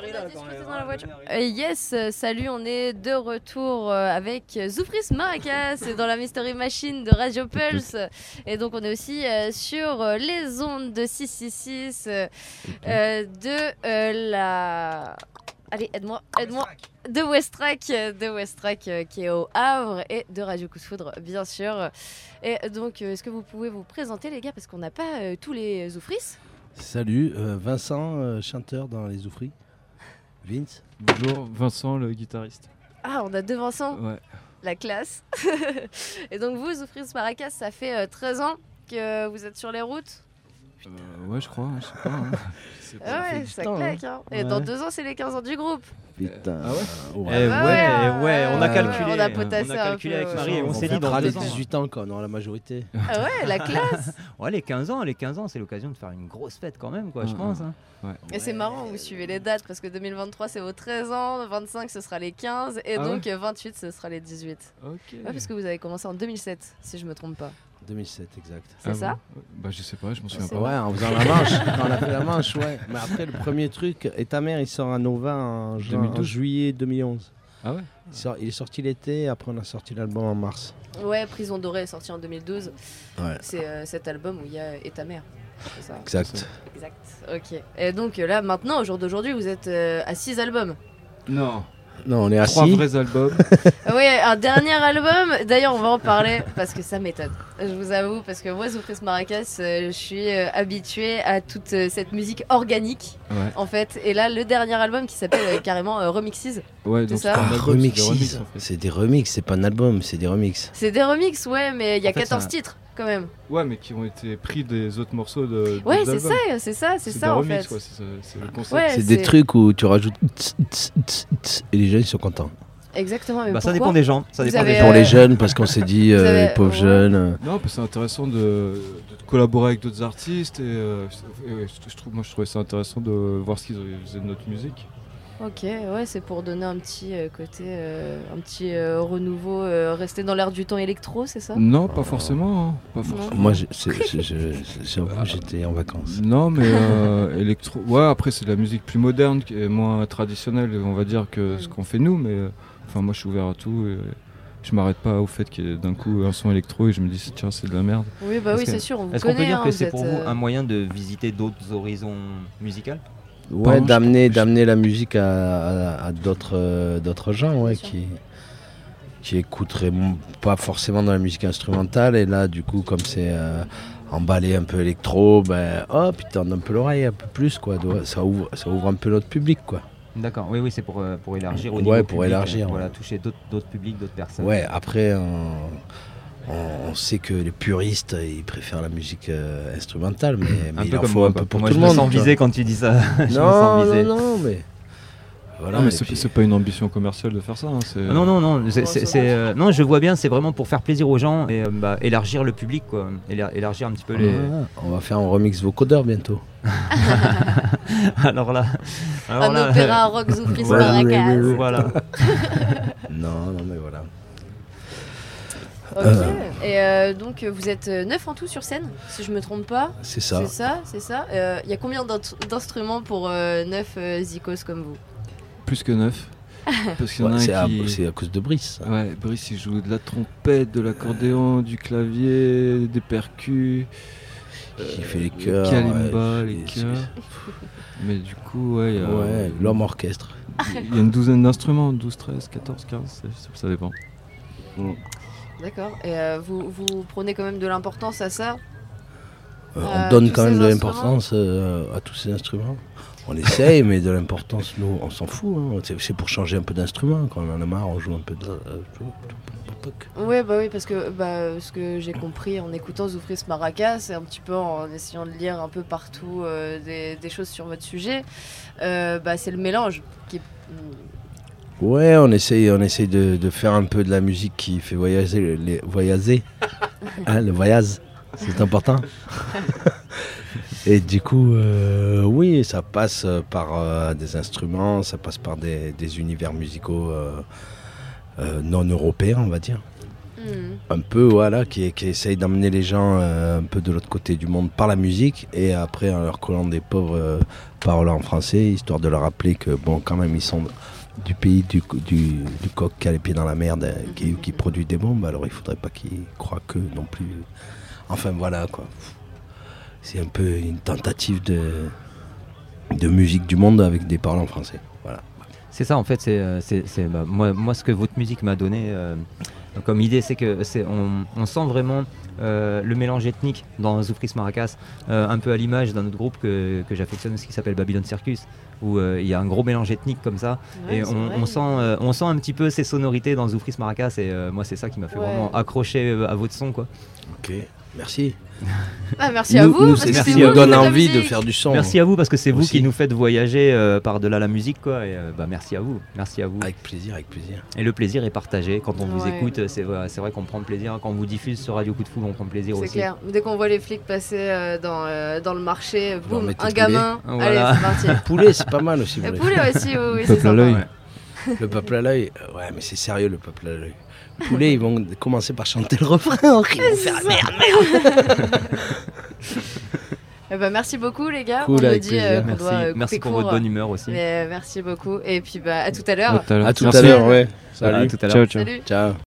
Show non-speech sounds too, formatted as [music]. spécial quand même. hein, dans la voiture. Euh, yes, euh, salut, on est de retour euh, avec euh, Zoufris Maracas dans la Mystery Machine de Radio Pulse. Et donc, on est aussi euh, sur euh, les ondes de 666 euh, euh, de euh, la. Allez, aide-moi, Euh, aide-moi. De Westrack, euh, de Westrack euh, qui est au Havre et de Radio Coup de Foudre, bien sûr. Et donc, euh, est-ce que vous pouvez vous présenter, les gars, parce qu'on n'a pas euh, tous les Zoufris Salut, euh, Vincent, euh, chanteur dans Les Oufris. Vince, Bonjour, Vincent, le guitariste. Ah, on a deux Oh. Vincent. Ouais. La classe. [laughs] et donc vous, Zoufris Maracas, ça fait euh, 13 ans que vous êtes sur les routes. Euh, ouais, je crois, hein, je sais [laughs] pas. hein. Je sais pas. Ah fait ouais, du ça temps, claque. hein. Et dans Ouais. deux ans, c'est les 15 ans du [laughs] groupe. putain. ah ouais ouais. Eh Ah ouais, ouais, on a ouais, calculé. on a potassé on a un calculé peu, avec ouais. Marie et on Eh, On s'est dit dans fêtera les deux ans. hein. 18 ans hein. quand on aura la majorité. Ah ouais, la [laughs] classe. Ouais, les 15 ans, les 15 ans, c'est l'occasion de faire une grosse fête quand même, quoi, je Mhm. pense. hein. Et c'est marrant, vous suivez les dates parce que 2023, c'est vos 13 ans, 25, ce sera les 15, et Ah donc euh, 28, ce sera les 18. Ok. Ouais, parce que vous avez commencé en 2007, si je me trompe pas. 2007, exact. C'est Ah ça bon Bah, je sais pas, je m'en souviens C'est pas. Ouais, en faisant la manche. [laughs] quand on a fait la manche, ouais. Mais après, le premier truc, et ta mère, il sort à Nova en, juin- en 2012. juillet 2011. Ah ouais Il, sort- il est sorti l'été, après on a sorti l'album en mars. Ouais, Prison Dorée est sorti en 2012. Ouais. C'est euh, cet album où il y a Et ta mère. C'est ça Exact. Exact. Ok. Et donc euh, là, maintenant, au jour d'aujourd'hui, vous êtes euh, à 6 albums. Non. Non, on est Trois assis. [laughs] vrais albums. Oui, un dernier album. D'ailleurs, on va en parler parce que ça m'étonne. Je vous avoue, parce que moi, Zoufris Maracas, euh, je suis euh, habituée à toute euh, cette musique organique, Ouais. en fait. Et là, le dernier album qui s'appelle euh, carrément euh, Remixes. Ouais, donc ça. c'est pas un Ah, album, c'est des remixes. remixes, en fait. C'est des remixes, c'est pas un album, c'est des remixes. C'est des remixes, ouais, mais il y a En fait, 14 ça- titres quand même. Ouais, mais qui ont été pris des autres morceaux de. Ouais, des c'est albums. ça, c'est ça, c'est des ça en remixes, fait. quoi, c'est ça, c'est le concept. Ouais, C'est des trucs où tu rajoutes tss, tss, tss, tss, et les jeunes ils sont contents. Exactement, mais Bah, ça Euh, dépend pourquoi des gens. Ça Vous dépend avez, des Et gens. Pour euh, les jeunes, parce qu'on s'est dit, vous euh, avez- les pauvres ouais. jeunes. euh, Non, parce que c'est intéressant de, de collaborer avec d'autres artistes et, euh, et je, je trouve, moi je trouvais ça intéressant de voir ce qu'ils faisaient de notre musique. Ok, ouais, c'est pour donner un petit euh, côté, euh, un petit euh, renouveau, euh, rester dans l'air du temps électro, c'est Mm. ça Non, pas forcément. hein, pas forcément. Moi, je- c'est- je- je- c'est- j'avoue, j'étais en vacances. Non, mais euh, électro. Ouais, après c'est de la musique plus moderne qui est moins traditionnelle, on va dire, que ce Mm. qu'on fait nous. Mais euh, enfin, moi je suis ouvert à tout. Et, je m'arrête pas au fait qu'il y ait d'un coup un son électro et je me dis tiens c'est de la merde. Oui, bah Est-ce oui, que- c'est sûr, on vous Est-ce qu'on connaît. peut dire hein, que c'est êtes, pour vous euh, un moyen de visiter d'autres horizons musicaux Ouais, Pardon, d'amener je- d'amener la musique à, à- à d'autres euh, d'autres gens, ouais, Bien sûr. qui qui écouteraient m- pas forcément dans la musique instrumentale. Et là, du coup, comme c'est euh, emballé un peu électro, ben hop, il tendent un peu l'oreille un peu plus, quoi. Donc, Ça ouvre ça ouvre un peu notre public, quoi. D'accord, oui, oui, c'est pour, euh, pour élargir au Ouais, niveau pour public, euh, élargir, Voilà, ouais. toucher d'autres d'autres publics, d'autres personnes. Ouais, après, on, on- on sait que les puristes, ils préfèrent la musique euh, instrumentale, mais, mais il en faut un peu pour moi, tout je le monde. me sens tu vois. visé quand tu dis ça. [laughs] je me Non, sens visé. non, non, mais. Voilà, Non, mais et c'est puis- c'est pas une ambition commerciale de faire ça. hein, c'est- Ah Non, non, non, c'est- Ouais, c'est- ça c'est, va. euh, non, je vois bien, c'est vraiment pour faire plaisir aux gens et euh, bah, élargir le public, quoi. Éla- élargir un petit peu les. Ah, on va faire un remix vocodeur bientôt. [laughs] alors là. alors un là, [laughs] euh, opéra rock Zoufris Voilà. Maracas. Oui, oui, Voilà. Non, non, mais voilà. Ok. Et euh, donc, euh, vous êtes euh, neuf en tout sur scène, si je me trompe pas. C'est ça. C'est ça, c'est ça. Il y a combien d'int- d'instruments pour euh, neuf euh, zikos comme vous Plus que neuf. Parce qu'il y en Ouais, c'est, a à, un qui... c'est à cause de Brice. hein, ça. Ouais, Brice il joue de la trompette, de l'accordéon, du clavier, des percus. Qui euh, fait les le chœurs, Kalimba, ouais, les c'est- chœurs. euh, Mais du coup, ouais, il y a, Ouais, l'homme orchestre. il y a une douzaine d'instruments 12, 13, 14, 15, ça, ça dépend. D'accord. Et euh, vous, vous prenez quand même de l'importance à ça Euh, Euh, on donne tous quand ces même de instruments. l'importance euh, à tous ces instruments. On essaye, mais de l'importance, nous, on s'en fout. hein. C'est, c'est pour changer un peu d'instrument. Quand on en a marre, on joue un peu de. euh, Ouais, bah oui, parce que bah, ce que j'ai compris en écoutant Zoufris Maracas et un petit peu en essayant de lire un peu partout euh, des, des choses sur votre sujet, euh, bah, c'est le mélange qui est. ouais, on essaye, on essaye de, de faire un peu de la musique qui fait voyager le- les [laughs] voyager. Hein, le voyage, c'est important. Et du coup, euh, oui, ça passe euh, par euh, des instruments, ça passe par des, des univers musicaux euh, euh, non européens, on va dire. Hmm. un peu voilà qui, qui essaye d'emmener les gens euh, un peu de l'autre côté du monde par la musique et après en leur collant des pauvres euh, paroles en français histoire de leur rappeler que bon quand même ils sont du pays du, co- du, du coq qui a les pieds dans la merde euh, qui, qui produit des bombes alors il faudrait pas qu'ils croient que non plus enfin voilà quoi c'est un peu une tentative de de musique du monde avec des paroles en français voilà C'est ça, en fait, c'est, euh, c'est, c'est, bah, moi, moi ce que votre musique m'a donné euh, comme idée, c'est que c'est, on, on sent vraiment euh, le mélange ethnique dans Zoufris Maracas, euh, un peu à l'image d'un autre groupe que, que j'affectionne, ce qui s'appelle Babylon Circus, où euh, il y a un gros mélange ethnique comme ça, et on, on sent, euh, on sent un petit peu ces sonorités dans Zoufris Maracas, et euh, moi c'est ça qui m'a fait Ouais. vraiment accrocher euh, à votre son, quoi. ok merci Ah, merci à vous. parce que c'est c'est ce merci vous qui à qui nous vous. donne faites la envie de musique. faire du son Merci à vous parce que c'est vous Oh. Aussi. qui nous faites voyager euh, par-delà la musique, quoi, et euh, bah, merci à vous, merci à vous. avec plaisir avec plaisir Et le plaisir est partagé. Quand on vous Ouais. écoute, euh, c'est vrai, c'est vrai qu'on prend plaisir. Quand on vous diffuse sur Radio Coup de Foule, on prend plaisir C'est aussi. clair. Dès qu'on voit les flics passer euh, dans, euh, dans le marché, euh, boum, mettez un tous gamin. les- Ah, Voilà. Allez, [laughs] c'est parti. poulet c'est pas mal aussi Et vous voulez. poulet aussi, oui, oui, c'est Peuple à sympa. l'œil. Le peuple à l'œil, euh, ouais, mais c'est sérieux le peuple à l'œil. Poulet, ils vont commencer par chanter le refrain en riant. Eh ben, merci beaucoup, les gars. Cool, on nous avec dit plaisir. euh, qu'on Merci, doit euh, couper merci pour court. votre bonne humeur aussi. Mais, euh, merci beaucoup. Et puis, bah, à tout à l'heure. tout à l'heure. À tout à Merci. l'heure, ouais. Voilà, à Salut. tout à l'heure. Ciao, ciao. Salut. Ciao.